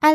艾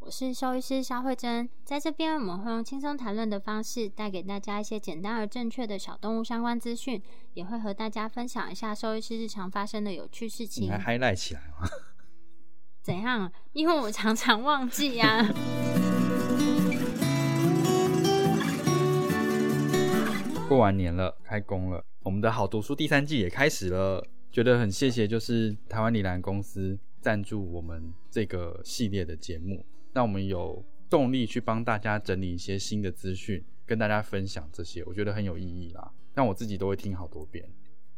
我是兽医师肖慧珍，在这边我们会用轻松谈论的方式，带给大家一些简单而正确的小动物相关资讯，也会和大家分享一下兽医师日常发生的有趣事你情还。highlight 起来吗？怎样？啊因为我常常忘记呀、 过完年了，开工了，我们的好读书第三季也开始了，觉得很谢谢，就是台湾李兰公司赞助我们这个系列的节目，让我们有动力去帮大家整理一些新的资讯，跟大家分享这些，我觉得很有意义啦。但我自己都会听好多遍，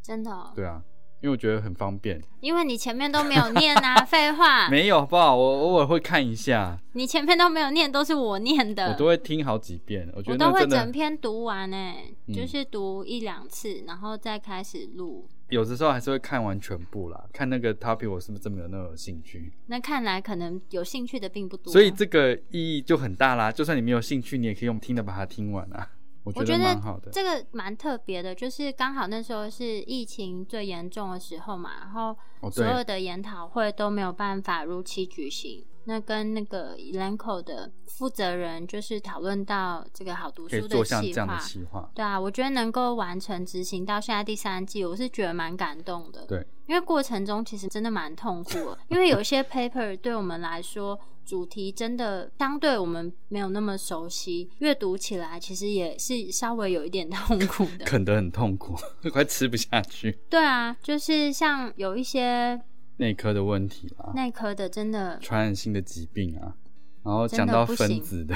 真的哦、对啊，因为我觉得很方便。因为你前面都没有念 啊，废话，没有好不好？我偶尔会看一下，你前面都没有念，都是我念的，我都会听好几遍。我觉我得都那会真整的篇读完诶、嗯就是读一两次，然后再开始录。有的时候还是会看完全部啦，看那个 topic 我是不是真的有那种兴趣。那看来可能有兴趣的并不多，啊所以这个意义就很大啦。就算你没有兴趣，你也可以用听的把它听完 啊。我我觉觉得得蛮好的。这个蛮特别的，就是刚好那时候是疫情最严重的时候嘛，然后哦所对有的研讨会都没有办法如期举行。那跟那个 Elanco 的负责人就是讨论到这个好读可以书做像计这样的划，企划，对啊，我觉得能够完成执行到现在第三季，我是觉得蛮感动的。对，因为过程中其实真的蛮痛苦的，因为有些 paper 对我们来说，主题真的相对我们没有那么熟悉，阅读起来其实也是稍微有一点痛苦的。啃得很痛苦， 快吃不下去。对啊，就是像有一些内科的问题啦，内科的真的传染性的疾病啊，然后真讲的到不分行子 的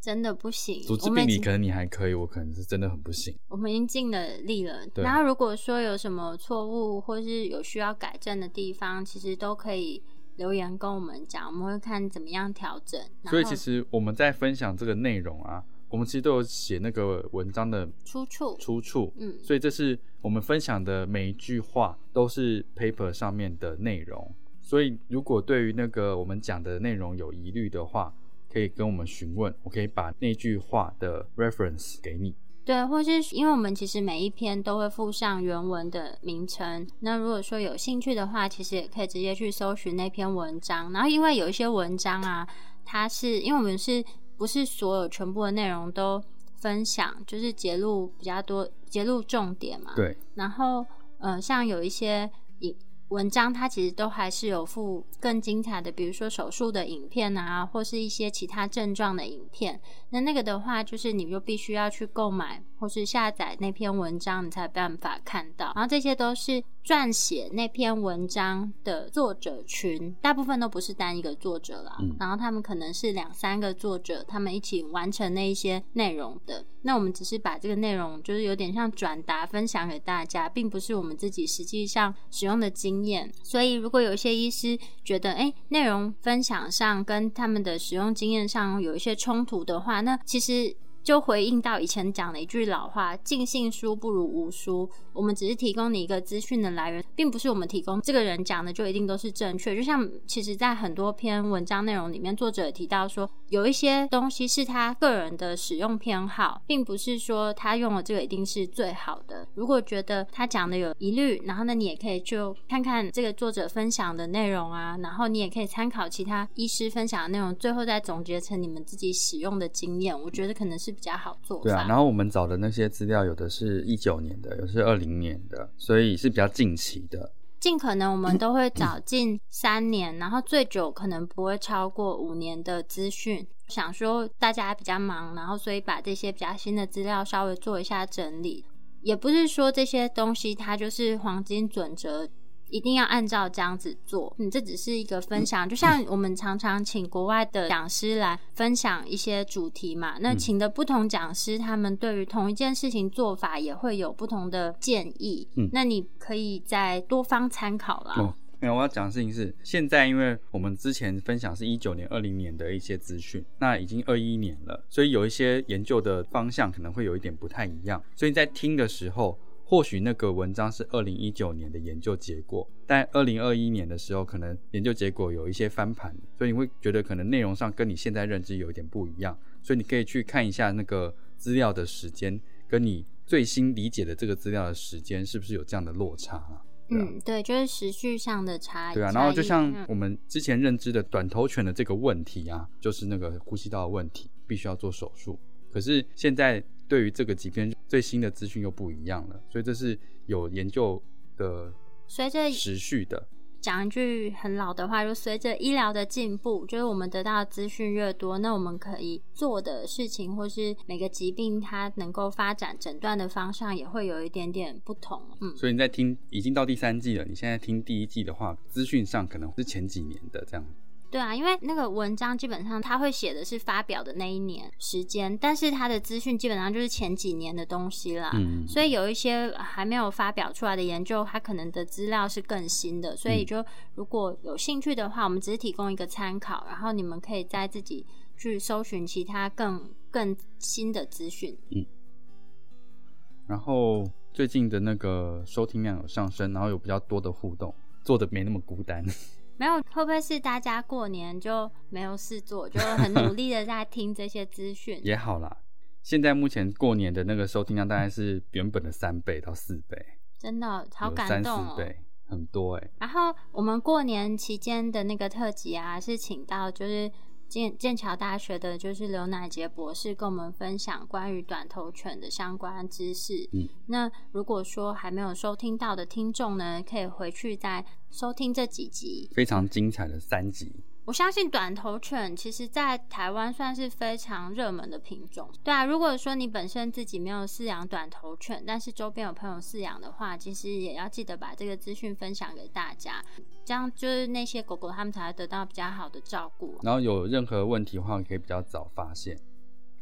真的不行，组织我们病已理，经可能你还可以，我可能是真的很不行。我们已经尽了力了。对然后如果说有什么错误或是有需要改正的地方，其实都可以留言跟我们讲，我们会看怎么样调整。然所以后其实我们在分享这个内容啊，我们其实都有写那个文章的出处，出处，嗯，所以这是我们分享的每一句话都是 paper 上面的内容。所以如果对于那个我们讲的内容有疑虑的话，可以跟我们询问，我可以把那句话的 reference 给你。对，或是因为我们其实每一篇都会附上原文的名称，那如果说有兴趣的话，其实也可以直接去搜寻那篇文章。然后因为有一些文章啊，它是因为我们是不是所有全部的内容都分享，就是节录比较多，节录重点嘛。。对，然后呃，像有一些影文章，它其实都还是有附更精彩的，比如说手术的影片啊，或是一些其他症状的影片。那那个的话，就是你就必须要去购买或是下载那篇文章，你才有办法看到。然后这些都是撰写那篇文章的作者群，大部分都不是单一个作者啦。嗯然后他们可能是两三个作者，他们一起完成那一些内容的。那我们只是把这个内容，就是有点像转达分享给大家，并不是我们自己实际上使用的经验。所以，如果有一些医师觉得，哎，内容分享上跟他们的使用经验上有一些冲突的话，那其实。就回应到以前讲的一句老话：“尽信书不如无书。”我们只是提供你一个资讯的来源，并不是我们提供这个人讲的就一定都是正确。就像其实，在很多篇文章内容里面，作者也提到说，有一些东西是他个人的使用偏好，并不是说他用了这个一定是最好的。如果觉得他讲的有疑虑，然后呢，你也可以就看看这个作者分享的内容啊，然后你也可以参考其他医师分享的内容，最后再总结成你们自己使用的经验。我觉得可能是比较好做法。对啊。然后我们找的那些资料，有的是一九年的，有的是二零年的，所以是比较近期的。尽可能我们都会找近三年，然后最久可能不会超过五年的资讯。想说大家比较忙，然后所以把这些比较新的资料稍微做一下整理。也不是说这些东西它就是黄金准则，一定要按照这样子做。嗯你、这只是一个嗯分享，就像我们常常请国外的讲师来分享一些主题嘛，嗯那请的不同讲师，他们对于同一件事情做法也会有不同的建议。嗯那你可以再多方参考啦。哦，没有，我要讲的事情是，现在因为我们之前分享是一九年、二零年的一些资讯，那已经二一年了，所以有一些研究的方向可能会有一点不太一样，所以在听的时候。或许那个文章是二零一九年的研究结果，但二零二一年的时候，可能研究结果有一些翻盘，所以你会觉得可能内容上跟你现在认知有一点不一样，所以你可以去看一下那个资料的时间，跟你最新理解的这个资料的时间是不是有这样的落差啊、对啊嗯，对，就是时序上的差异。对啊，差然后就异像嗯我们之前认知的短头犬的这个问题啊，就是那个呼吸道的问题，必须要做手术。可是现在对于这个疾病最新的资讯又不一样了，所以这是有研究的随着时序的。讲一句很老的话，就随着医疗的进步，就是我们得到的资讯越多，那我们可以做的事情，或是每个疾病它能够发展诊断的方向，也会有一点点不同。嗯，所以你在听，已经到第三季了，你现在听第一季的话，资讯上可能是前几年的这样。对啊，因为那个文章基本上它会写的是发表的那一年时间，但是它的资讯基本上就是前几年的东西啦。嗯所以有一些还没有发表出来的研究，它可能的资料是更新的，所嗯以就如果有兴趣的话，我们只是提供一个参考，然后你们可以再自己去搜寻其他更更新的资讯。然后最近的那个收听量有上升，然后有比较多的互动，做的没那么孤单。？没有，会不会是大家过年就没有事做，就很努力的在听这些资讯 也好啦。现在目前过年的那个收听量大概是原本的三倍到四倍，真的好有感动三哦四！倍，很多哎、然后我们过年期间的那个特辑啊，是请到就是剑剑桥大学的，就是刘乃杰博士跟我们分享关于短头犬的相关知识。嗯，那如果说还没有收听到的听众呢，可以回去再收听这几集。非常精彩的三集。我相信短头犬其实，在台湾算是非常热门的品种。对啊，如果说你本身自己没有饲养短头犬，但是周边有朋友饲养的话，其实也要记得把这个资讯分享给大家，这样就是那些狗狗它们才会得到比较好的照顾。啊 然后有任何问题的话，可以比较早发现。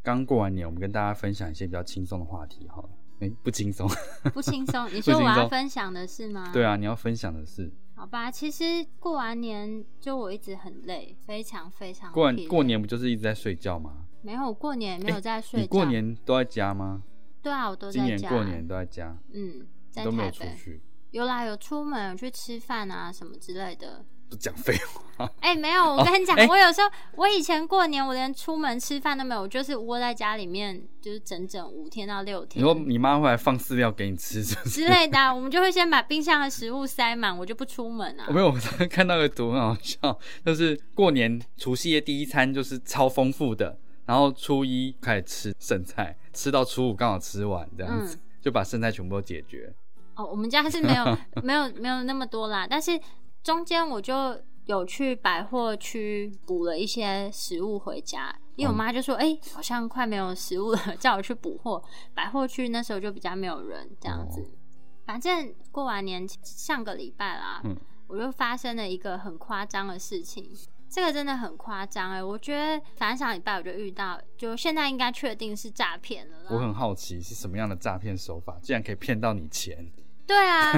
刚过完年，我们跟大家分享一些比较轻松的话题好了。哎、不轻松。 不轻松，你不说我轻要松分享的是吗？对啊，你要分享的是好吧，其实过完年就我一直很累，非常非常过完疲累过年不就是一直在睡觉吗？没有，我过年也没有在睡觉。你过年都在家吗？对啊，我都在今家。年过年都在家，嗯，在都没有台出北。去，有啦，有出门，有去吃饭啊什么之类的。不讲废话。 哎、没有，我跟你讲，哎我有时候我以前过年我连出门吃饭都没有，我就是窝在家里面，就是整整五天到六你天说你妈会来放饲料给你吃，是不是之？类的啊、我们就会先把冰箱的食物塞满，我就不出门啊 我。没有，我刚刚看到一个图很好笑，就是过年除夕夜第一餐就是超丰富的，然后初一开始吃剩菜，吃到初五刚好吃完这样子，嗯就把剩菜全部都解决。哦，我们家是没 有没有没有那么多啦，但是中间我就有去百货区补了一些食物回家，因为嗯我妈就说，哎、好像快没有食物了， 叫我去补货。百货区那时候就比较没有人，这样子。哦反正过完年上个礼拜啦，嗯我就发生了一个很夸张的事情。这个真的很夸张哎，我觉得反正上礼拜我就遇到，就现在应该确定是诈骗了啦。我很好奇是什么样的诈骗手法，竟然可以骗到你钱？对 啊，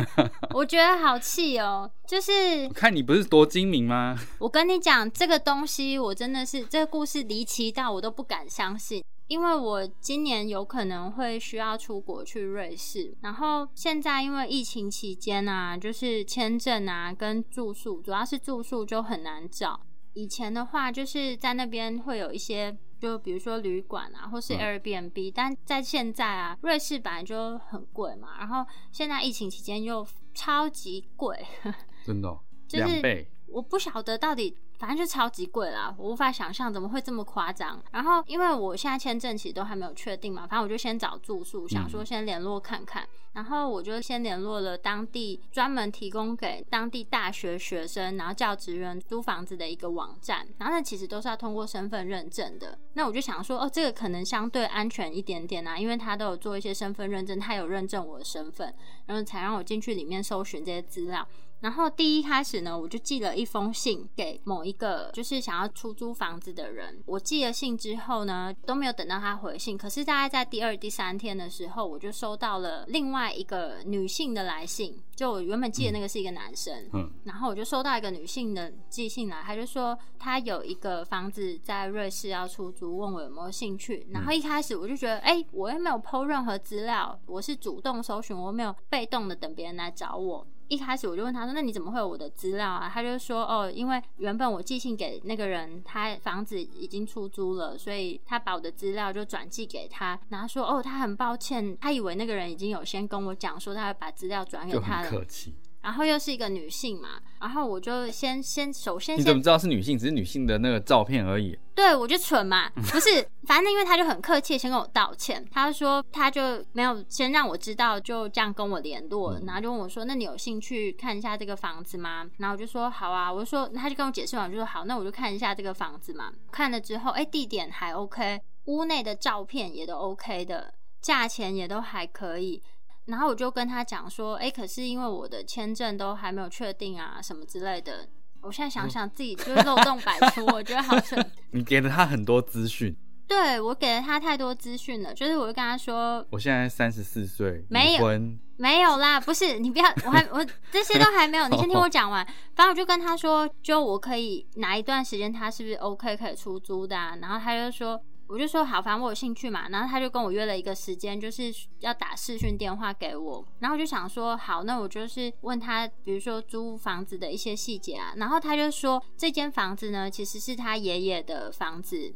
我觉得好气哦，就是我看你不是多精明吗？ 我跟你讲，这个东西我真的是这个故事离奇到我都不敢相信，因为我今年有可能会需要出国去瑞士，然后现在因为疫情期间啊，就是签证啊跟住宿，主要是住宿就很难找。以前的话，就是在那边会有一些，就比如说旅馆啊，或是嗯 Airbnb，、但在现在啊，瑞士本来就很贵嘛，然后现在疫情期间又超级贵， 真的哦、就两是倍，我不晓得到底，反正就超级贵啦，我无法想象怎么会这么夸张。然后因为我现在签证其实都还没有确定嘛，反正我就先找住宿，想说先联络看看。然后我就先联络了当地专门提供给当地大学学生，然后教职员租房子的一个网站。然后那其实都是要通过身份认证的。那我就想说，哦，这个可能相对安全一点点啊，因为他都有做一些身份认证，他有认证我的身份，然后才让我进去里面搜寻这些资料。然后第一开始呢，我就寄了一封信给某一个就是想要出租房子的人。我寄了信之后呢，都没有等到他回信。可是大概在第二、第三天的时候，我就收到了另外一个女性的来信。就我原本寄的那个是一个男生，嗯，然后我就收到一个女性的寄信来，她就说她有一个房子在瑞士要出租，问我有没有兴趣。然后嗯一开始我就觉得，哎、我又没有 PO 任何资料，我是主动搜寻，我没有被动的等别人来找我。一开始我就问她说：“那你怎么会有我的资料啊？”她就说：“哦，因为原本我寄信给那个人，他房子已经出租了，所以他把我的资料就转寄给他。然后说：‘哦，他很抱歉，他以为那个人已经有先跟我讲说他会把资料转给就他很了。’客气。然后又是一个女性嘛，然后我就先先首先你怎先么知道是女性？只是女性的那个照片而已。对我就蠢嘛，不是，反正因为他就很客气，先跟我道歉，他就说他就没有先让我知道，就这样跟我联络，然后就问我说，那你有兴趣看一下这个房子吗？然后我就说好啊，我就说他就跟我解释完，我就说好，那我就看一下这个房子嘛，看了之后，哎，地点还 OK，屋内的照片也都 OK 的，价钱也都还可以，然后我就跟他讲说，哎、可是因为我的签证都还没有确定啊，什么之类的。我现在想想自己就是漏洞百出，我觉得好蠢。你给了他很多资讯。对我给了他太多资讯了，就是我就跟他说我现在三十四岁，没有离婚，，没有啦，不是你不要，我还我这些都还没有，你先听我讲完。反正我就跟他说，就我可以哪一段时间他是不是 OK 可以出租的、啊，然后他就说。我就说好，反正我有兴趣嘛，然后他就跟我约了一个时间，就是要打视讯电话给我，然后我就想说好，那我就是问他，比如说租房子的一些细节啊，然后他就说这间房子呢其实是他爷爷的房子，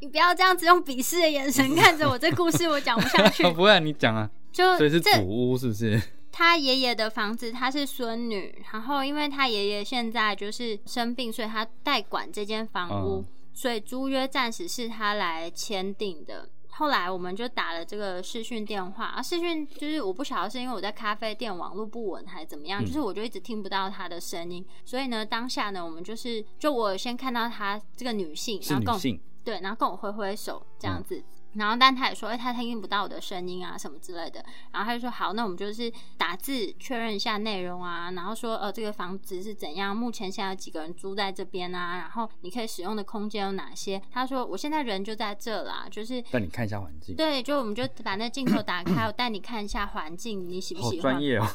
你不要这样子用鄙视的眼神看着我，这故事我讲不下去 不会你讲啊， 就所以是这祖屋是不是？他爷爷的房子，他是孙女，然后因为他爷爷现在就是生病，所以他代管这间房屋，嗯所以租约暂时是他来签订的。后来我们就打了这个视讯电话，啊，视讯就是我不晓得是因为我在咖啡店网络不稳还是怎么样，嗯就是我就一直听不到他的声音，所以呢，当下呢，我们就是就我先看到他这个女性，是然后女跟我性，对，然后跟我挥挥手这嗯样子。然后，但他也说，哎、他听不到我的声音啊，什么之类的。然后他就说，好，那我们就是打字确认一下内容啊，然后说，呃，这个房子是怎样，目前现在有几个人住在这边啊，然后你可以使用的空间有哪些？他说，我现在人就在这啦，就是但你看一下环境，对，就我们就把那镜头打开，我带你看一下环境，你喜不好喜欢？专业哦。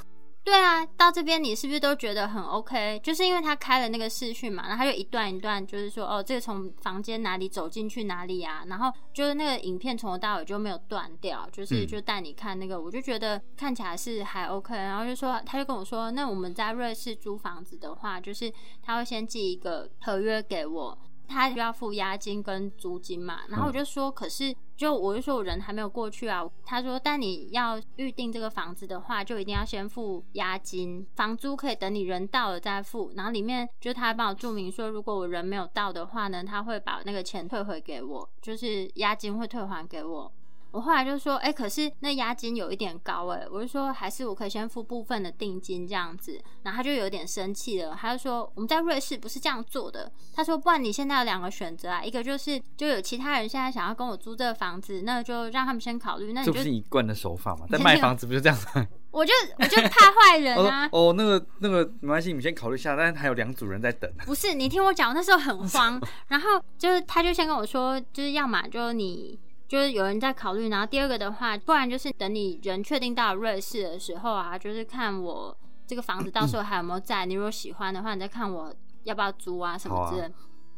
对啊，到这边你是不是都觉得很 OK？就是因为他开了那个视讯嘛，然后他就一段一段，就是说哦，这个从房间哪里走进去哪里啊，然后就是那个影片从头到尾就没有断掉，就是嗯就带你看那个，我就觉得看起来是还 OK。然后就说，他就跟我说，那我们在瑞士租房子的话，就是他会先寄一个合约给我，他就要付押金跟租金嘛，然后我就说，可是就我就说我人还没有过去啊，他说，但你要预定这个房子的话，就一定要先付押金，房租可以等你人到了再付，然后里面就他还帮我注明说，如果我人没有到的话呢，他会把那个钱退回给我，就是押金会退还给我。我后来就说，哎、可是那押金有一点高哎、我就说还是我可以先付部分的定金这样子，然后他就有点生气了，他就说我们在瑞士不是这样做的，他说不然你现在有两个选择啊，一个就是就有其他人现在想要跟我租这个房子，那就让他们先考虑，那你这就不是一贯的手法嘛？你在先卖听我房子不就这样 吗？我就我就怕坏人我说啊， 哦，那个那个没关系，你们先考虑一下，但是还有两组人在等。不是，你听我讲，我那时候很慌，然后就是他就先跟我说，就是要么就是你就是有人在考虑，然后第二个的话，不然就是等你人确定到瑞士的时候啊，就是看我这个房子到时候还有没有在，你如果喜欢的话，你再看我要不要租啊什么之类的。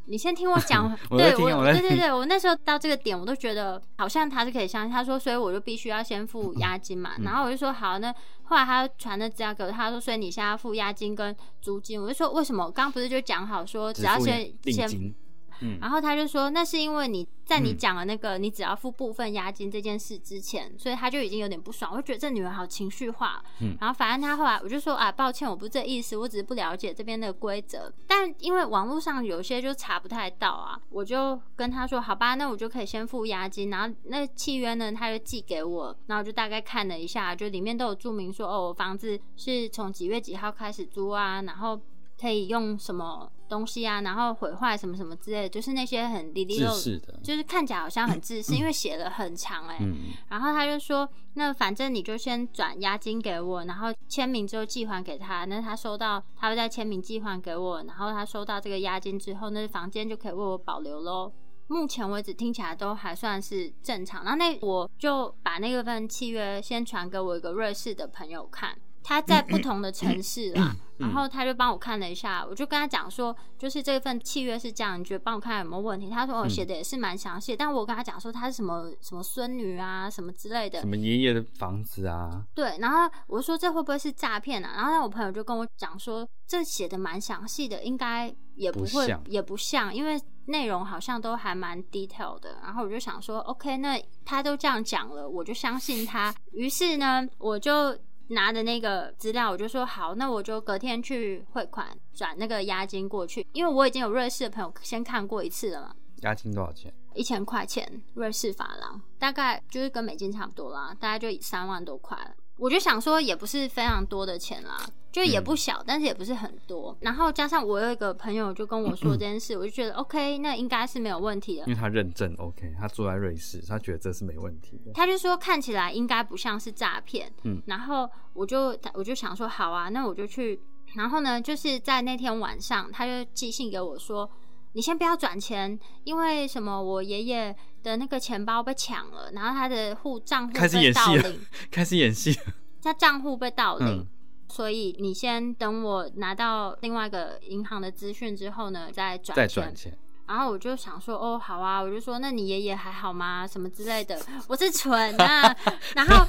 你先听我讲 ，我在对听我我在对对听对，我那时候到这个点，我都觉得好像他是可以相信。他说，所以我就必须要先付押金嘛。嗯然后我就说好，那后来他传的资料给我，他说，所以你现 在要付押金跟租金。我就说为什么？刚不是就讲好说只要付先定先啊金，嗯然后他就说，那是因为你在你嗯讲了那个、你只要付部分押金这件事之前，所以他就已经有点不爽，我就觉得这女人好情绪化。嗯然后反正他后来我就说啊，抱歉，我不是这意思，我只是不了解这边的规则。但因为网络上有些就查不太到啊，我就跟他说，好吧，那我就可以先付押金，然后那契约呢，他就寄给我，然后我就大概看了一下，就里面都有注明说，哦，我房子是从几月几号开始租啊，然后可以用什么东西啊，然后毁坏什么什么之类的，就是那些很哩哩制漏，式的，就是看起来好像很自私，因为写了很长哎、嗯然后他就说，那反正你就先转押金给我，然后签名之后寄还给他。那他收到，他会再签名寄还给我。然后他收到这个押金之后，那房间就可以为我保留喽。目前为止听起来都还算是正常。那那我就把那个份契约先传给我一个瑞士的朋友看，他在不同的城市啦，然后他就帮我看了一下，我就跟他讲说，就是这份契约是这样，你觉得帮我看有没有问题？他说我嗯写的也是蛮详细，但我跟他讲说他是什么什么孙女啊什么之类的什，么爷爷的房子啊，对，然后我说这会不会是诈骗啊？然后我朋友就跟我讲说，这写的蛮详细的，应该也不不会像也不像，因为内容好像都还蛮 detail 的。然后我就想说，OK，那他都这样讲了，我就相信他。于是呢，我就拿着那个资料，我就说好，那我就隔天去汇款转那个押金过去，因为我已经有瑞士的朋友先看过一次了嘛。押金多少钱？一千块钱瑞士法郎，大概就是跟美金差不多啦，大概就三万多块了。我就想说，也不是非常多的钱啦，就也不小，但是也不是很多。然后加上我有一个朋友就跟我说这件事，我就觉得 OK，那应该是没有问题的因。为他认证 OK，他住在瑞士，他觉得这是没问题的。 他就说看起来应该不像是诈骗，嗯然后我就我就想说好啊，那我就去，然后呢，就是在那天晚上，他就寄信给我说，你先不要转钱，因为什么我爷爷的那个钱包被抢了，然后他的户账户开始被演戏盗了领，开始演戏了，他账户被盗领。嗯所以你先等我拿到另外一个银行的资讯之后呢，再转再钱转。钱，然后我就想说，哦，好啊，我就说，那你爷爷还好吗？什么之类的，我是蠢啊。然 后，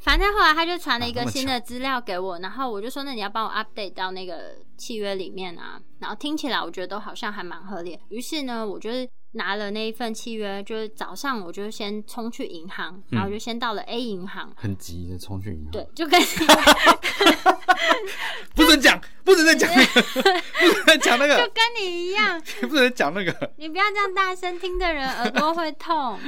反正后来他就传了一哪个那么新的资料给我，然后我就说，那你要帮我 update 到那个契约里面啊。然后听起来我觉得都好像还蛮合理的。于是呢，我就是拿了那一份契约，就是早上我就先冲去银行，然后嗯我就先到了 A 银行，很急的冲去银行，对，，就跟 不准讲，不准再讲那个， 不准再讲 那就个，跟你一样，不准再讲那个，你不要这样大声，听的人耳朵会痛。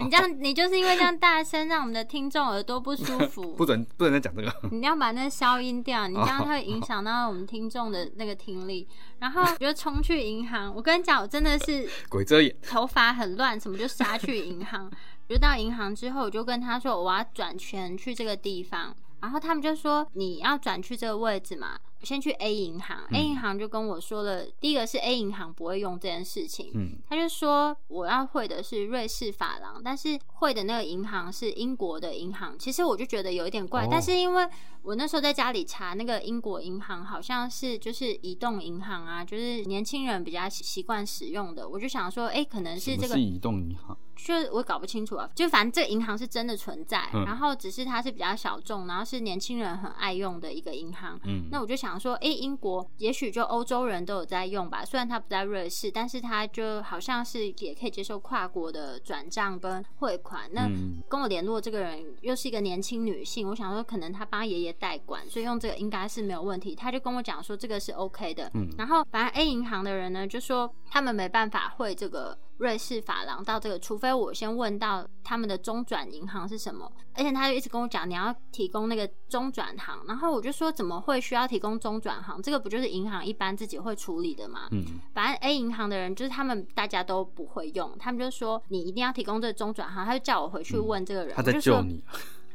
你这样，你就是因为这样大声，让我们的听众耳朵不舒 不服。准不准再讲这个， 你要把那消音掉，你这样会影响到我们听众的那个听力。然后我就冲去银行，我跟你讲，我真的是鬼遮眼，头发很乱，什么就杀去银行。我就到银行之后，我就跟他说我要转钱去这个地方，然后他们就说你要转去这个位置嘛，先去 A 银行。A 嗯银行就跟我说了，第一个是 A 银行不会用这件事情，嗯，他就说我要汇的是瑞士法郎，但是汇的那个银行是英国的银行。其实我就觉得有一点怪，哦但是因为我那时候在家里查那个英国银行，好像是就是移动银行啊，就是年轻人比较习习惯使用的，我就想说，哎、可能是什么这个啊是移动银行，就是我也搞不清楚啊，就反正这个银行是真的存在，嗯然后只是它是比较小众，然后是年轻人很爱用的一个银行。嗯，那我就想说，诶，英国也许就欧洲人都有在用吧，虽然它不在瑞士，但是它就好像是也可以接受跨国的转账跟汇款。那嗯跟我联络这个人又是一个年轻女性，我想说可能她帮爷爷代管，所以用这个应该是没有问题。她就跟我讲说这个是 OK 的，嗯然后反正 A 银行的人呢就说他们没办法汇这个瑞士法郎到这个，除非我先问到他们的中转银行是什么。而且他就一直跟我讲你要提供那个中转行，然后我就说怎么会需要提供中转行？这个不就是银行一般自己会处理的吗？嗯反正 A 银行的人就是他们大家都不会用，他们就说你一定要提供这个中转行，他就叫我回去问这个人，嗯他我在就救说你，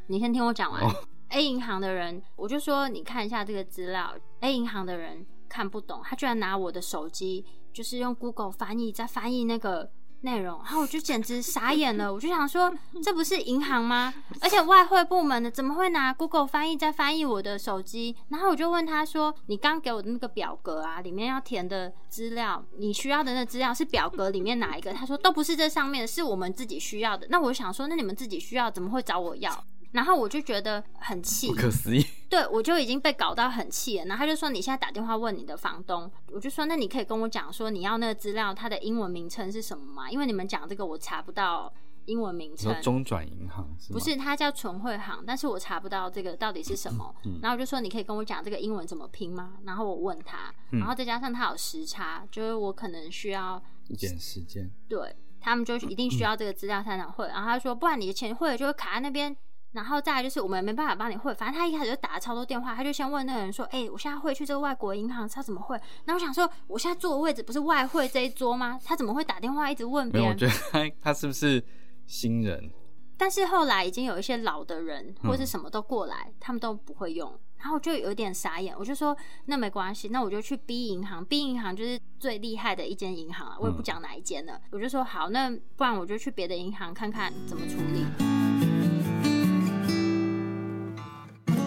你先听我讲完。哦 A 银行的人，我就说你看一下这个资料。A 银行的人看不懂，他居然拿我的手机，就是用 Google 翻译在翻译那个内容，然后我就简直傻眼了。我就想说，这不是银行吗？而且外汇部门的怎么会拿 Google 翻译在翻译我的手机？然后我就问他说：“你刚给我的那个表格啊，里面要填的资料，你需要的那资料是表格里面哪一个？”他说：“都不是这上面的，是我们自己需要的。”那我想说，那你们自己需要，怎么会找我要？然后我就觉得很气不，可思议。对我就已经被搞到很气了。然后他就说你现在打电话问你的房东，我就说那你可以跟我讲说你要那个资料，它的英文名称是什么吗？因为你们讲这个我查不到英文名你说称。中转银行是不吗？是，它叫纯汇行，但是我查不到这个到底是什么。嗯然后我就说，你可以跟我讲这个英文怎么拼吗？然后我问他，嗯然后再加上他有时差，就是我可能需要一点时间，对他们就一定需要这个资料才能汇。然后他说，不然你的钱汇了就会卡在那边。然后再来就是我们没办法帮你汇，反正他一开始就打了超多电话，他就先问那个人说：“哎、我现在汇去这个外国银行，他怎么汇？”然后我想说，我现在坐的位置不是外汇这一桌吗？他怎么会打电话一直问没别有，人？我觉得他他是不是新人？但是后来已经有一些老的人嗯或是什么都过来，他们都不会用，然后我就有点傻眼，我就说那没关系，那我就去 B 银行，B 银行就是最厉害的一间银行了，啊我也不讲哪一间了，我就说好，那不然我就去别的银行看看怎么处理。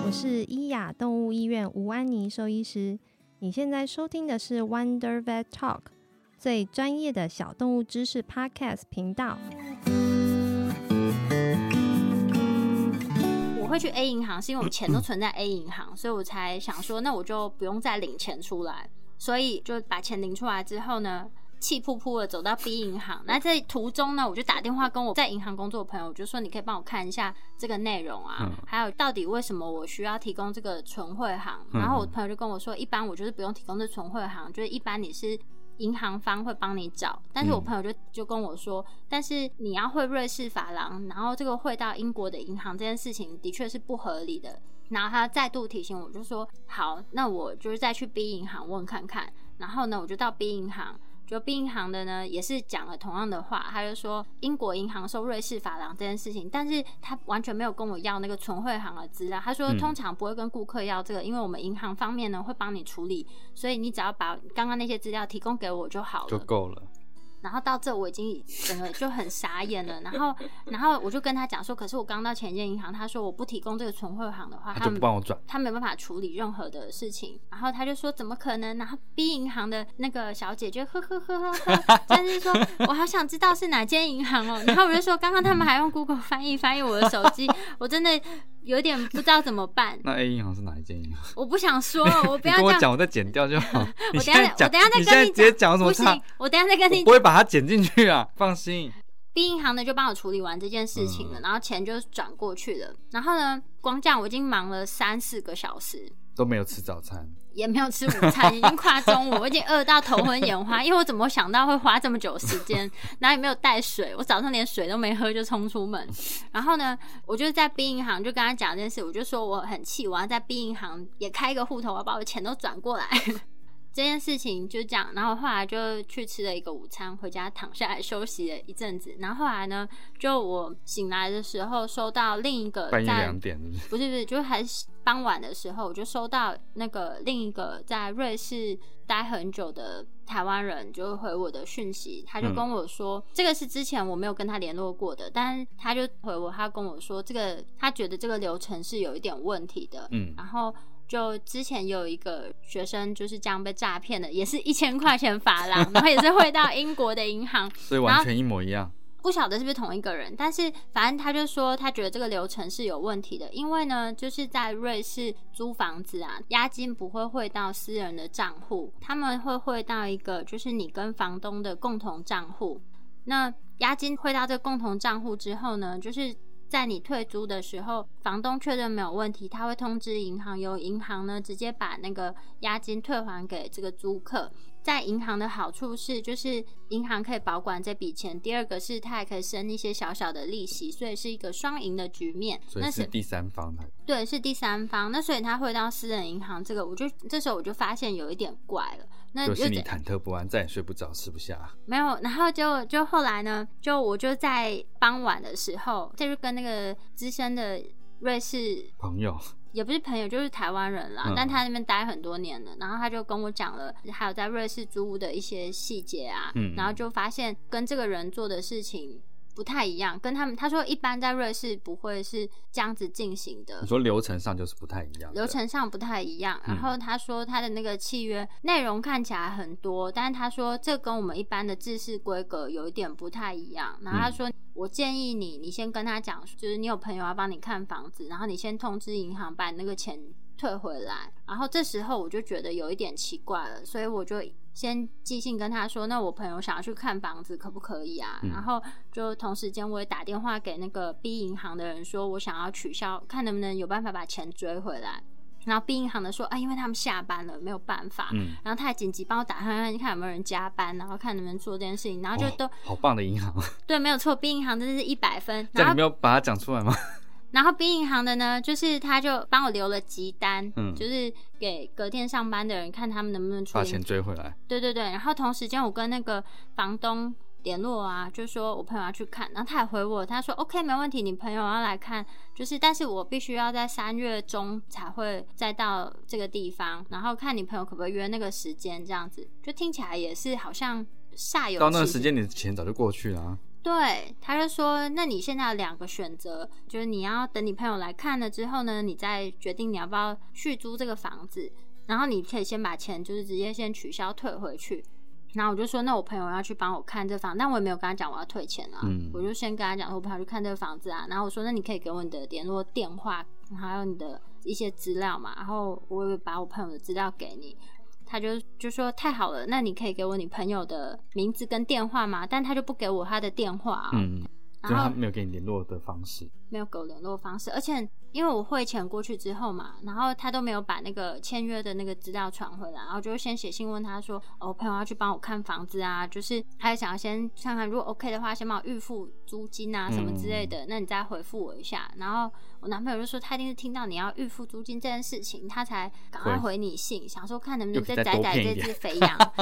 我是伊雅动物医院吴安妮兽医师。你现在收听的是 Wonder Vet Talk 最专业的小动物知识 Podcast 频道。我会去 A 银行是因为我钱嗯都存在 A 银行，所以我才想说，那我就不用再领钱出来，所以就把钱领出来之后呢。气扑扑的走到 B 银行，那在途中呢，我就打电话跟我在银行工作的朋友，我就说你可以帮我看一下这个内容啊，嗯还有到底为什么我需要提供这个存汇行。嗯然后我朋友就跟我说，一般我就是不用提供这存汇行，就是一般你是银行方会帮你找，但是我嗯朋友就就跟我说，但是你要汇瑞士法郎，然后这个汇到英国的银行这件事情的确是不合理的。然后他再度提醒我，就说好，那我就是再去 B 银行问看看。然后呢，我就到 B 银行，就 B 银行的呢也是讲了同样的话，他就说英国银行收瑞士法郎这件事情，但是他完全没有跟我要那个存汇行的资料。他说嗯通常不会跟顾客要这个，因为我们银行方面呢会帮你处理，所以你只要把刚刚那些资料提供给我就好了，就够了。然后到这我已经整个就很傻眼了，然后 然后我就跟他讲说，可是我刚到前一间银行，他说我不提供这个存汇行的话，他就们不帮我转，他没有办法处理任何的事情，然后他就说怎么可能？然后 B 银行的那个小姐就呵呵呵呵呵，但是说我好想知道是哪间银行哦。然后我就说 刚刚他们还用 Google 翻译翻译我的手机，我真的有点不知道怎么办，那 A 银行是哪一间银行？我不想 说了，我不你要跟这我样讲，。我再剪掉就好。你我等现一在下，讲我等一下再跟你现在你直接讲有什么不差行？，我等一下再跟你讲我不。会把它剪进去啊，放心。 B 银行呢就帮我处理完这件事情了，然后钱就转过去了。然后呢，光这样我已经忙了三四个小时，都没有吃早餐，也没有吃午餐，已经快中午，我已经饿到头昏眼花，因为我怎么想到会花这么久时间，然后也没有带水，我早上连水都没喝就冲出门。然后呢，我就在 B 银行就跟他讲这件事，我就说我很气，我要在 B 银行也开一个户头，我要把我的钱都转过来。 这件事情就这样，然后后来就去吃了一个午餐，回家躺下来休息了一阵子。然后后来呢，就我醒来的时候收到另一个半夜呃在两点是不是？不是不是，就是还是傍晚的时候，我就收到那个另一个在瑞士待很久的台湾人，就回我的讯息，他就嗯跟我说，这个是之前我没有跟他联络过的，但是他就回我，他跟我说，这个他觉得这个流程是有一点问题的，嗯，然后就之前有一个学生就是这样被诈骗的，也是一千块钱法郎，然后也是汇到英国的银行，所以完全一模一样。不晓得是不是同一个人，但是反正他就说他觉得这个流程是有问题的，因为呢，就是在瑞士租房子啊，押金不会汇到私人的账户，他们会汇到一个就是你跟房东的共同账户。那押金汇到这个共同账户之后呢，就是在你退租的时候，房东确认没有问题，他会通知银行，由银行呢直接把那个押金退还给这个租客。在银行的好处是，就是银行可以保管这笔钱；第二个是它还可以生一些小小的利息，所以是一个双赢的局面。所那以是是第三方的，对，是第三方。那所以他汇到私人银行，这个我就这时候我就发现有一点怪了。那就又心里怎忐忑不安，再也睡不着，吃不下。没有，然后就就后来呢，就我就在傍晚的时候，就是跟那个资深的瑞士朋友，也不是朋友，就是台湾人啦，嗯但他在那边待很多年了，然后他就跟我讲了，还有在瑞士租屋的一些细节啊，嗯然后就发现跟这个人做的事情不太一样，跟他们他说一般在瑞士不会是这样子进行的你，说流程上就是不太一样的，流程上不太一样。嗯然后他说他的那个契约内容看起来很多，但是他说这跟我们一般的制式规格有一点不太一样。然后嗯他说，我建议你，你先跟他讲，就是你有朋友要帮你看房子，然后你先通知银行把那个钱退回来。然后这时候我就觉得有一点奇怪了，所以我就。先寄信跟他说，那我朋友想要去看房子，可不可以啊？嗯然后就同时间我也打电话给那个 B 银行的人，说我想要取消，看能不能有办法把钱追回来。然后 B 银行的说啊，因为他们下班了，没有办法。嗯，然后他还紧急帮我打探看看有没有人加班，然后看能不能做这件事情，然后就哦都、好棒的银行，对，没有错，B 银行这是一百分。这样然你没后有把它讲出来吗？然后 B 银行的呢，就是他就帮我留了急单，嗯就是给隔天上班的人看他们能不能处把理钱追回来，对对对，然后同时间我跟那个房东联络啊，就说我朋友要去看，然后他也回我，他说 OK 没问题，你朋友要来看，就是但是我必须要在三月中才会再到这个地方，然后看你朋友可不可以约那个时间这样子，就听起来也是好像煞有到那个其时事间你的钱早就过去了、啊，对，他就说，那你现在有两个选择，就是你要等你朋友来看了之后呢，你再决定你要不要续租这个房子，然后你可以先把钱就是直接先取消退回去。然后我就说，那我朋友要去帮我看这房，但我也没有跟他讲我要退钱啊，嗯我就先跟他讲说我朋友去看这个房子啊，然后我说那你可以给我你的联络电话，还有你的一些资料嘛，然后我也把我朋友的资料给你，他就就说太好了，那你可以给我你朋友的名字跟电话吗？但他就不给我他的电话、啊，嗯，就然他后没有给你联络的方式，没有给我联络方式，而且因为我汇钱过去之后嘛，然后他都没有把那个签约的那个资料传回来，然后就先写信问他说，哦，我朋友要去帮我看房子啊，就是他也想要先看看，如果 OK 的话，先帮我预付租金啊什么之嗯类的，那你再回复我一下。然后我男朋友就说，他一定是听到你要预付租金这件事情，他才赶快回回你信，想说看能不又能可以再宰再多宰骗一这点只 肥羊。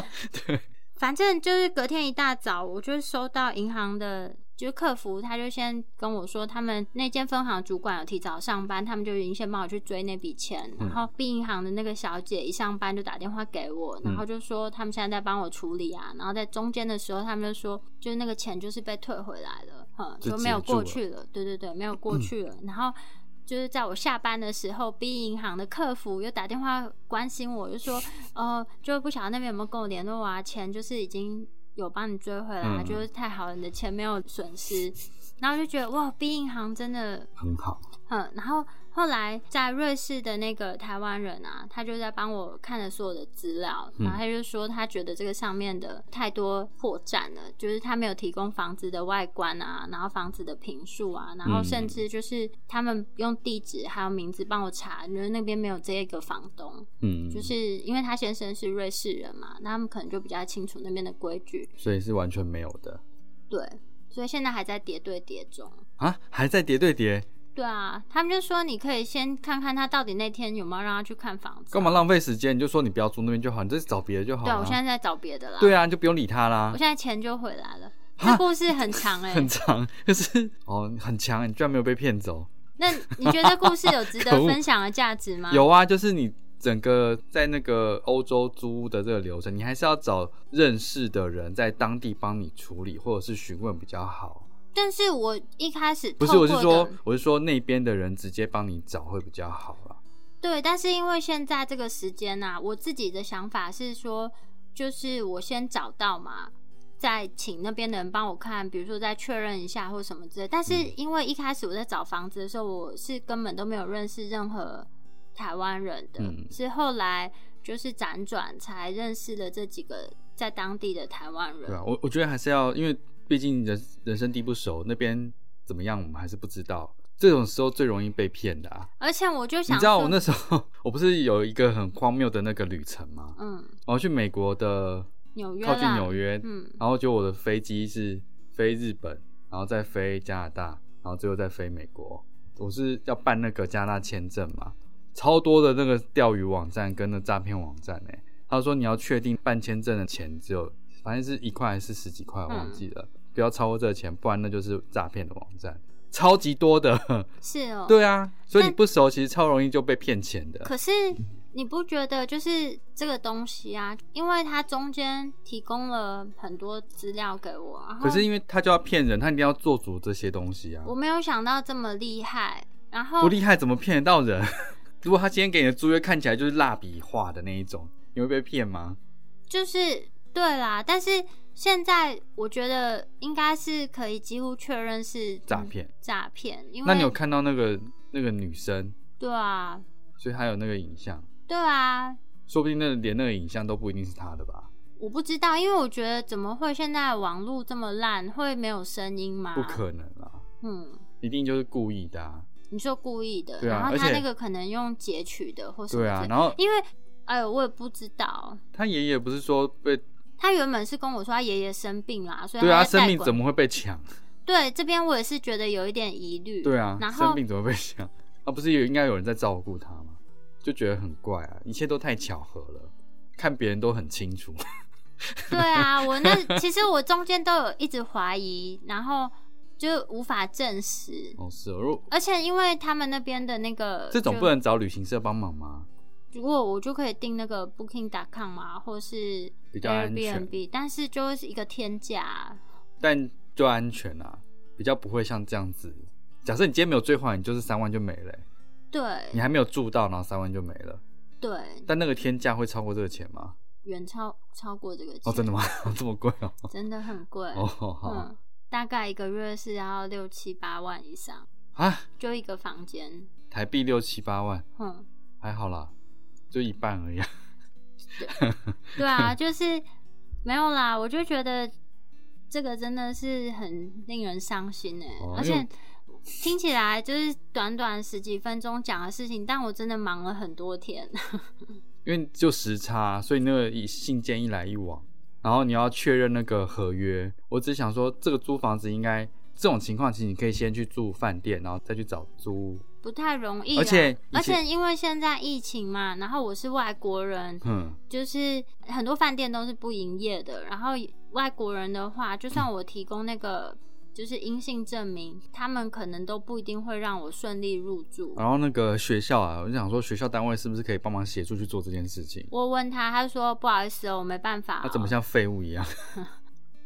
对，反正就是隔天一大早，我就收到银行的，就是客服，他就先跟我说，他们那间分行主管有提早上班，他们就已经先帮我去追那笔钱。嗯然后 B 银行的那个小姐一上班就打电话给我，然嗯后就说他们现在在帮我处理啊。然后在中间的时候，他们就说，就是那个钱就是被退回来了，哼，就就没有结束过了嗯去了。对对对，没有过去了。然后。就是在我下班的时候，B 银行的客服又打电话关心我，就说呃，就不晓得那边有没有跟我联络啊，钱就是已经有帮你追回来，啊嗯就是太好了，你的钱没有损失。然后就觉得哇，B 银行真的很好，嗯，然后后来在瑞士的那个台湾人啊，他就在帮我看了所有的资料，嗯然后他就说他觉得这个上面的太多破绽了，就是他没有提供房子的外观啊，然后房子的评述啊，然后嗯甚至就是他们用地址还有名字帮我查，就是那边没有这个房东，嗯，就是因为他先生是瑞士人嘛，那他们可能就比较清楚那边的规矩，所以是完全没有的对，所以现在还在叠对叠中。啊，还在叠对叠，对啊，他们就说你可以先看看他到底那天有没有让他去看房子。干嘛？浪费时间？你就说你不要租那边就好，你再找别的就好对了。啊，我现在在找别的啦。对啊，你就不用理他啦我。现在钱就回来了。哈这故事很长哎、很长， 可是哦，很强，你居然没有被骗走。那你觉得故事有值得可恶分享的价值吗？有啊，就是你整个在那个欧洲租屋的这个流程，你还是要找认识的人在当地帮你处理，或者是询问比较好。但是我一开始不是，透我是过说的，我是说那边的人直接帮你找会比较好啊啦。对，但是因为现在这个时间呐、我自己的想法是说，就是我先找到嘛，再请那边的人帮我看，比如说再确认一下或什么之类。但是嗯因为一开始我在找房子的时候，我是根本都没有认识任何台湾人的，嗯是后来就是辗转才认识了这几个在当地的台湾人。对啊，我我觉得还是要，因为毕竟人人生地不熟，那边怎么样我们还是不知道。这种时候最容易被骗的啊！而且我就你想知道说，我那时候 我不是有一个很荒谬的那个旅程吗？嗯，我要去美国的纽约靠近啦纽约，嗯然后就我的飞机是飞日本，然后再飞加拿大，然后最后再飞美国。我是要办那个加拿大签证嘛，超多的那个钓鱼网站跟那诈骗网站哎、他说你要确定办签证的钱只有，反正是一块还是十几块，我忘记了，不要超过这个钱，不然那就是诈骗的网站，超级多的。 是哦，对啊，所以你但不熟其实超容易就被骗钱的。可是你不觉得就是这个东西啊？因为它中间提供了很多资料给我，然后可是因为他就要骗人，他一定要做足这些东西啊，我没有想到这么厉害。然后不厉害怎么骗得到人？ 如果他今天给你的租约看起来就是蜡笔画的那一种，你会被骗吗？就是对啦，但是现在我觉得应该是可以几乎确认是诈骗嗯诈骗，因为那你有看到那个那个女生，对啊，所以她有那个影像，对啊，说不定那连那个影像都不一定是她的吧？我不知道，因为我觉得怎么会现在网络这么烂，会没有声音吗？不，可能啊，嗯，一定就是故意的、啊。你说故意的，对啊然后而他且那个可能用截取的或什么之对类，啊，然后因为哎呦，我也不知道，她爷爷不是说被他原本是跟我说他爷爷生病啦，所以对啊，他生病怎么？么会被抢？对，这边我也是觉得有一点疑虑，对啊，然生后病怎么被抢？啊，不是有应该有人在照顾她吗？就觉得很怪啊，一切都太巧合了，看别人都很清楚。对啊，我那其实我中间都有一直怀疑，然后就无法证实。哦，是哦，如而且因为他们那边的那个这种就不，能找旅行社帮忙吗？如果我就可以订那个 Booking.com 嘛，啊或是比较安全 Airbnb，但是就是一个天价。但就安全啊，比较不会像这样子。假设你今天没有最坏，你就是三万就没了欸、你对还没有住到，然后三万就没了。对，但那个天价会超过这个钱吗？远超超过这个钱，哦，真的吗？ 这么贵哦、真的很贵。哦，好、嗯，大概一个月是要六七八万以上，啊，就一个房间。台币六七八万， 嗯，还好啦，就一半而已啊、 对啊，就是没有啦，我就觉得这个真的是很令人伤心哎、哦而因为且听起来就是短短十几分钟讲的事情，但我真的忙了很多天。 因为就时差，所以那个一信件一来一往，然后你要确认那个合约。我只想说，这个租房子应该这种情况，其实你可以先去住饭店，然后再去找租。不太容易啦，啊而且而以前且因为现在疫情嘛，然后我是外国人，嗯，就是很多饭店都是不营业的，然后外国人的话，就算我提供那个就是阴性证明，他们可能都不一定会让我顺利入住。然后那个学校啊，我就想说，学校单位是不是可以帮忙协助去做这件事情？我问他，他说不好意思哦，我没办法、他怎么？像废物一啊样？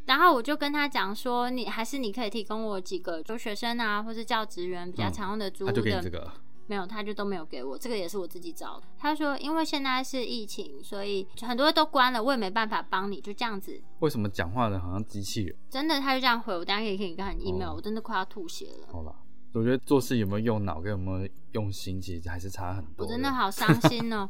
然后我就跟他讲说，你还是你可以提供我几个留学生啊，或是教职员比较嗯常用的租屋 他的，就给你这个，没有，他就都没有给我，这个也是我自己找的。他说，因为现在是疫情，所以很多都关了，我也没办法帮你，就这样子。为什么讲话的好像机器人？真的，他就这样回我，大家也可以看 email，、哦我真的快要吐血了，好啦，我觉得做事有没有用脑跟有没有用心，其实还是差很我多。真的。好伤心 哦、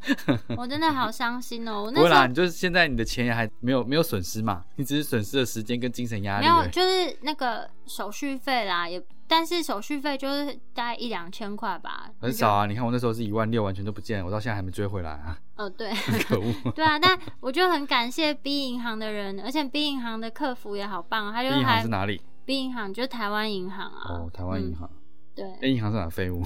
我真的好伤心哦、我不那会时啦，候你就是现在你的钱也还没有没有损失嘛，你只是损失了时间跟精神压没力有，而已。就是那个手续费啦，也但是手续费就是大概一两千块吧，很少啊！你看我那时候是一万六，完全都不见了，我到现在还没追回 来啊！呃，对。可恶！对啊，但我就很感谢 B 银行的人，而且 B 银行的客服也好棒，啊他就银行还是哪里？ B 银行就是台湾银行啊，哦，台湾银行。对， A 银行是哪废物？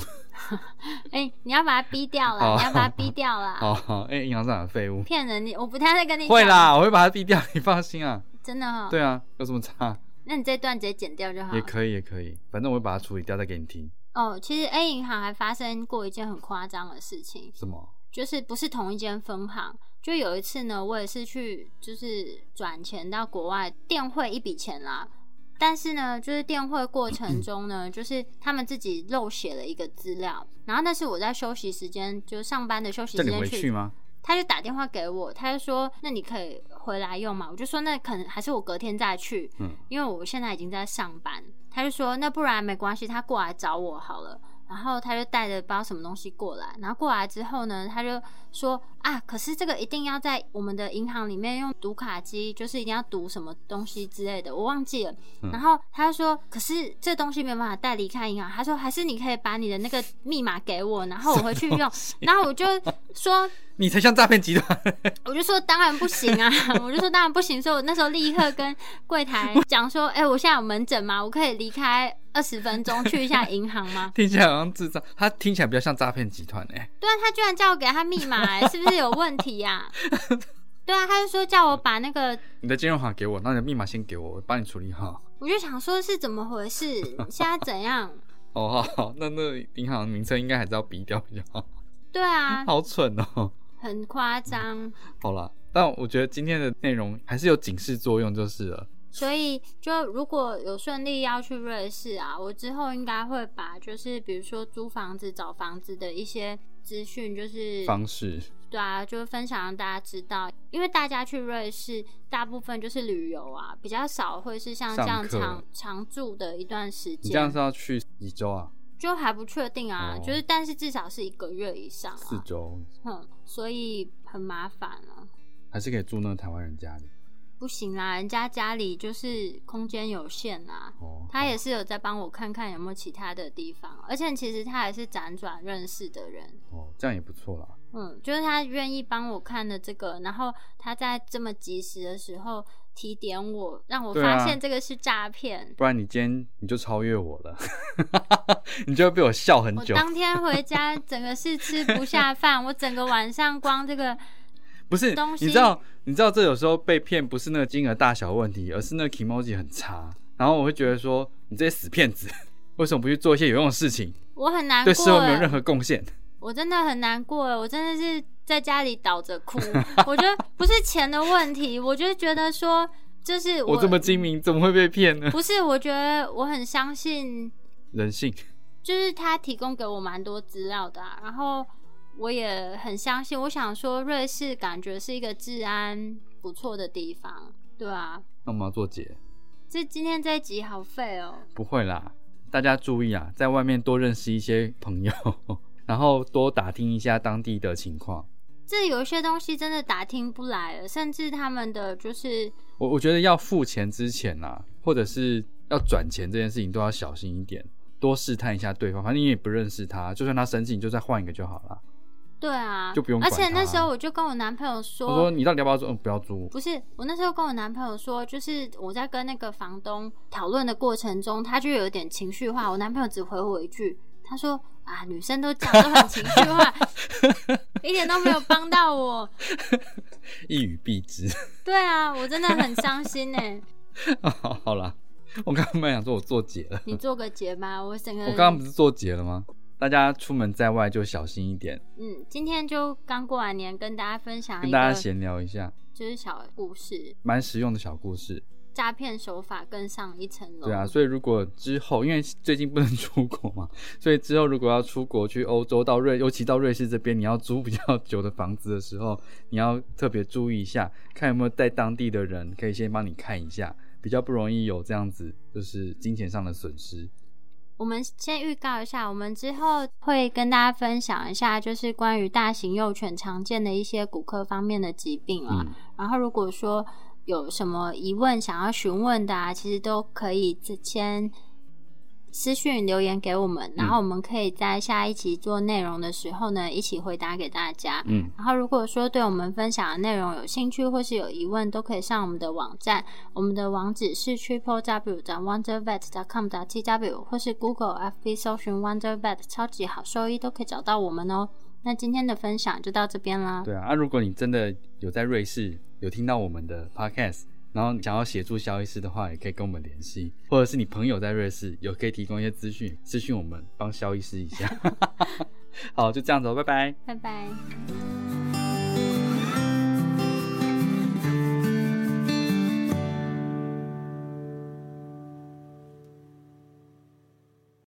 哎、你要把他逼掉啦，好你要把他逼掉啦，好哦好，A 银行是哪废物？骗人！你我不太会跟你会讲啦，，我会把它毙掉，你放心啊。真的哈、对啊，有什么差？那你这段直接剪掉就好也了。可以，也可以，反正我会把它处理掉再给你听。哦，其实 A 银行还发生过一件很夸张的事情，什么？就是不是同一间分行。就有一次呢，我也是去就是转钱到国外电汇一笔钱啦，但是呢，就是电汇过程中呢，就是他们自己漏写了一个资料，然后那是我在休息时间，就上班的休息叫时你间回去吗？他就打电话给我，他就说：“那你可以回来用嘛？”我就说：“那可能还是我隔天再去，嗯因为我现在已经在上班。”他就说：“那不然没关系，他过来找我好了。”然后他就带着不知道什么东西过来，然后过来之后呢，他就说：“啊，可是这个一定要在我们的银行里面用读卡机，就是一定要读什么东西之类的，我忘记了。嗯然后他就说：“可是这东西没办法带离开银行。”他说：“还是你可以把你的那个密码给我，然后我回去 用。”然后我就说：“你才像诈骗集团。？我就说当然不行啊， 我就说当然不行，所以我那时候立刻跟柜台讲说，哎、我现在有门诊嘛，我可以离开二十分钟去一下银行吗 听起来好像智障，他听起来比较像诈骗集团哎、对啊，他居然叫我给他密码、哎，是不是有问题呀、 对啊，他就说叫我把那个，你的金融卡给我，那你的密码先给我，我帮你处理好。我就想说是怎么回事，现在怎样？哦， 好好，那那银行名称应该还是要逼掉比较好。对啊，好蠢哦！ 很夸张，好啦，但我觉得今天的内容还是有警示作用就是了。所以就如果有顺利要去瑞士啊，我之后应该会把就是比如说租房子、找房子的一些资讯，就是方式对啊，就是分享让大家知道，因为大家去瑞士大部分就是旅游啊，比较少会是像这样上课常常住的一段时你这样间是，要去几周啊？就还不确定啊，哦就是但是至少是一个月以上四啊，周，哼，所以很麻烦啊。还是可以住那个台湾人家里不行啦，人家家里就是空间有限啊，哦。他也是有在帮我看看有没有其他的地方，而且其实他也是辗转认识的人，哦，这样也不错啦。嗯，就是他愿意帮我看的这个，然后他在这么及时的时候提点我，让我对啊发现这个是诈骗。不然你今天你就超越我了， 你就会被我笑很我久。当天回家，整个是吃不下饭，我整个晚上光这个不是，东西你知道，你知道这有时候被骗不是那个金额大小问题，而是那个 emoji 很差。然后我会觉得说，你这些死骗子， 为什么不去做一些有用的事情，我很难对社过会没有任欸，何贡献？我真的很难过欸，我真的是在家里倒着哭。我觉得不是钱的问题，我就觉得说，就是我这么精明，怎么会被骗呢？不是，我觉得我很相信人性，就是他提供给我蛮多资料的、啊，然后我也很相信。我想说，瑞士感觉是一个治安不错的地方，对啊。那我们要做结，这今天这一集好废哦，不会啦，大家注意啊，在外面多认识一些朋友， 然后多打听一下当地的情况。这有一些东西真的打听不来了，甚至他们的就是我我觉得要付钱之前啊，或者是要转钱这件事情都要小心一点，多试探一下对方。反正你也不认识他，就算他生气，你就再换一个就好了。对啊，就不用而管且那它时候我就跟我男朋友我说你到底要不要租？嗯，不要租。不是，我那时候跟我男朋友说，就是我在跟那个房东讨论的过程中，他就有点情绪化。我男朋友只回我一句，他说：“啊，女生都讲都很情绪化，一点都没有帮到我。一语蔽之。” 对啊，我真的很伤心呢、欸好啦，我刚刚本来想说我做结了，你做个结吧，我整个我刚刚不是做结了吗？大家出门在外就小心一点，嗯，今天就刚过完年，跟大家分享跟一大个家闲聊一下，就是小故事，蛮实用的小故事。诈骗手法更上一层楼。对啊，所以如果之后，因为最近不能 出国嘛，所以之后如果要出国去欧洲，到瑞，尤其到瑞士这边，你要租比较 久的房子的时候，你要特别注意一下，看有没有在当地的人可以先帮你看一下，比较不容易有这样子就是金钱上的损失。我们先预告一下，我们之后会跟大家分享一下，就是关于大型幼犬常见的一些骨科方面的疾病啊。嗯，然后如果说有什么疑问想要询问的啊，其实都可以之前私讯留言给我们，然后我们可以在下一期做内容的时候呢，一起回答给大家。嗯，然后，如果说对我们分享的内容有兴趣或是有疑问，都可以上我们的网站，我们的网址是 triple w wondervet com t w 或是 Google FB 搜寻 wondervet 超级好兽医都可以找到我们哦。那今天的分享就到这边啦，对啊，啊，如果你真的有在瑞士有听到我们的 podcast。然后你想要协助肖医师的话，也可以跟我们联系，或者是你朋友在瑞士有可以提供一些资 讯，私讯我们帮肖医师一下。好，就这样子哦，拜拜。拜拜。